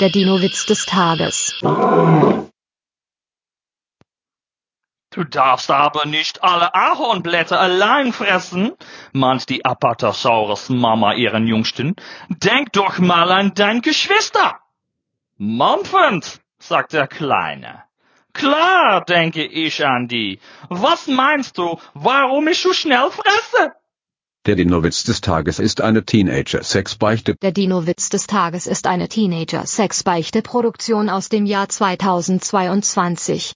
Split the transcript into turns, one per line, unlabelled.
der Dino-Witz des Tages.
Du darfst aber nicht alle Ahornblätter allein fressen, mahnt die Apatosaurus-Mama ihren Jüngsten. Denk doch mal an dein Geschwister. Mumpfend, sagt der Kleine. Klar denke ich an die. Was meinst du, warum ich so schnell fresse?
Der Dinowitz des Tages ist eine Teenager-Sexbeichte.
Der Dino-Witz des Tages ist eine Teenager-Sexbeichte-Produktion aus dem Jahr 2022.